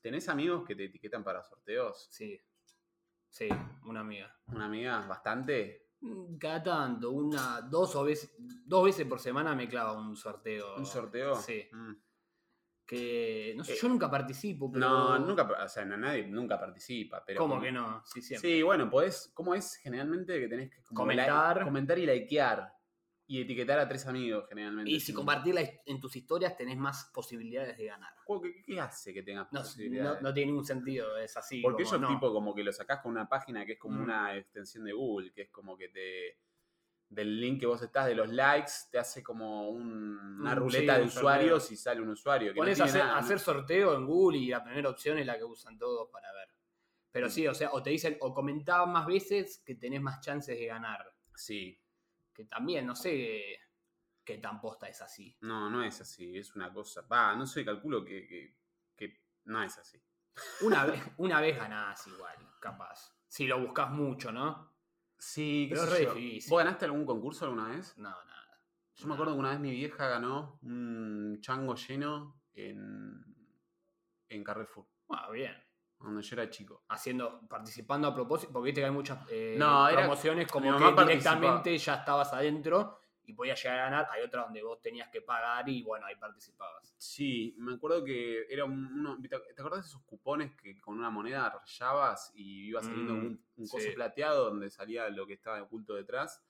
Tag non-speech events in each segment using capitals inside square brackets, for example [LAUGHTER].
¿Tenés amigos que te etiquetan para sorteos? Sí. Sí, una amiga. ¿Una amiga bastante? Cada tanto, una, dos o veces, dos veces por semana me clava un sorteo. ¿Un sorteo? Sí. Mm. Que no sé, Eh, yo nunca participo, pero. No, nunca, o sea, na- nadie nunca participa, pero... ¿Cómo como- que no? Sí, siempre. Sí, bueno, podés, ¿cómo es generalmente que tenés que como Comentar. la- comentar y likear y etiquetar a tres amigos generalmente? Y si compartirla en tus historias tenés más posibilidades de ganar. ¿Qué, qué hace que tengas No, posibilidades? no- no tiene ningún sentido, es así. Porque como, ellos no. tipo como que lo sacás con una página que es como Mm. una extensión de Google, que es como que te del link que vos estás de los likes te hace como un- una Mm, ruleta sí, de un usuarios sorteo. y sale un usuario que no Pones tiene hacer, nada, ¿no? hacer sorteo en Google y la primera opción es la que usan todos para ver. Pero Mm. sí, o sea, o te dicen, o comentaba más veces que tenés más chances de ganar. Sí, Que también, no sé qué tan posta es así. no, no es así, es una cosa. Va, no sé, calculo que, que, que no es así. Una, vez, [LAUGHS] una vez ganás igual, capaz. Si lo buscas mucho, ¿no? Sí, qué sé yo. ¿Vos ganaste algún concurso alguna vez? No, nada. Yo me acuerdo que una vez mi vieja ganó un chango lleno en, en Carrefour, Bueno, Ah, bien. cuando yo era chico. Haciendo, participando a propósito, porque viste que hay muchas eh, No, era- promociones como mi que mamá participaba. directamente ya estabas adentro y podías llegar a ganar. Hay otra donde vos tenías que pagar y bueno, ahí participabas. Sí, me acuerdo que era un- uno. ¿Te te acordás de esos cupones que con una moneda rayabas y iba saliendo Mm, un, un coso sí. plateado donde salía lo que estaba oculto detrás?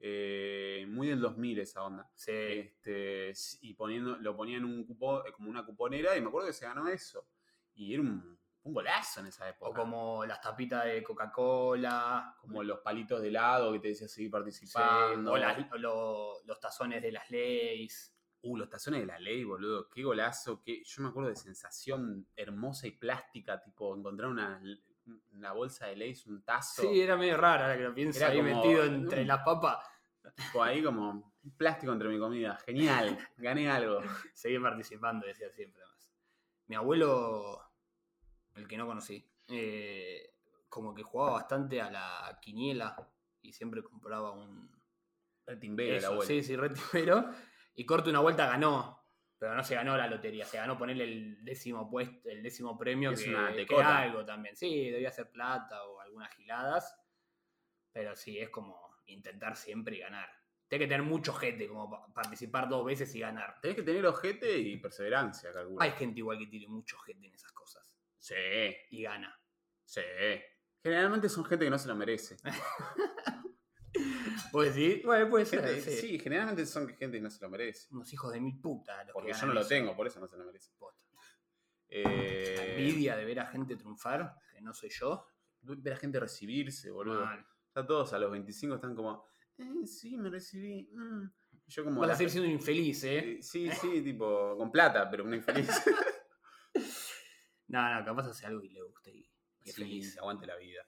Eh, muy del 2000 esa onda. Sí. Este, s- y poniendo, lo ponía en un cupo, eh, como una cuponera y me acuerdo que se ganó eso. Y era un, un golazo en esa época. O como las tapitas de Coca-Cola. Como los palitos de helado que te decía seguir sí, participando. o las- o lo- los tazones de las leyes. Uh, los tazones de la ley, boludo. Qué golazo. Qué... Yo me acuerdo de sensación hermosa y plástica, tipo encontrar una, una bolsa de ley, un tazo. Sí, era medio raro ahora que lo pienso Era ahí como- "Uh". metido entre las papas. tipo ahí como plástico entre mi comida. Genial. Gané [LAUGHS] algo. Seguí participando, decía siempre más. Mi abuelo, el que no conocí, eh, como que jugaba bastante a la quiniela y siempre compraba un. El timbero, la Eso, bolsa. sí, sí, retimero. Y corto una vuelta ganó. Pero no se ganó la lotería, se ganó ponerle el décimo puesto, el décimo premio Es que, una que tecota. era algo también. Sí, debía ser plata o algunas giladas. Pero sí, es como intentar siempre ganar. Tiene que tener mucho gente como pa- participar dos veces y ganar. Tenés que tener ojete y perseverancia, calculo. Hay gente igual que tiene mucho gente en esas cosas. Sí, Y gana. sí. Generalmente son gente que no se lo [LAUGHS] merece. ¿Puedes decir? Bueno, puede ser. Gente- sí. sí, generalmente son gente que no se lo merece. Unos hijos de mil putas. Los Porque que yo ganan no lo eso. tengo, por eso no se lo merece. Posta. La Eh, envidia de ver a gente triunfar, que no soy yo. ver a gente recibirse, boludo. Mal. Ya todos a los 25 están como, eh, sí, me recibí. mm". Y Yo como... Vas a la- seguir siendo infeliz, ¿eh? eh, sí, sí, tipo, con plata, pero una infeliz. [LAUGHS] No, no, capaz hace algo y le guste y, y es Sí, feliz. aguante la vida.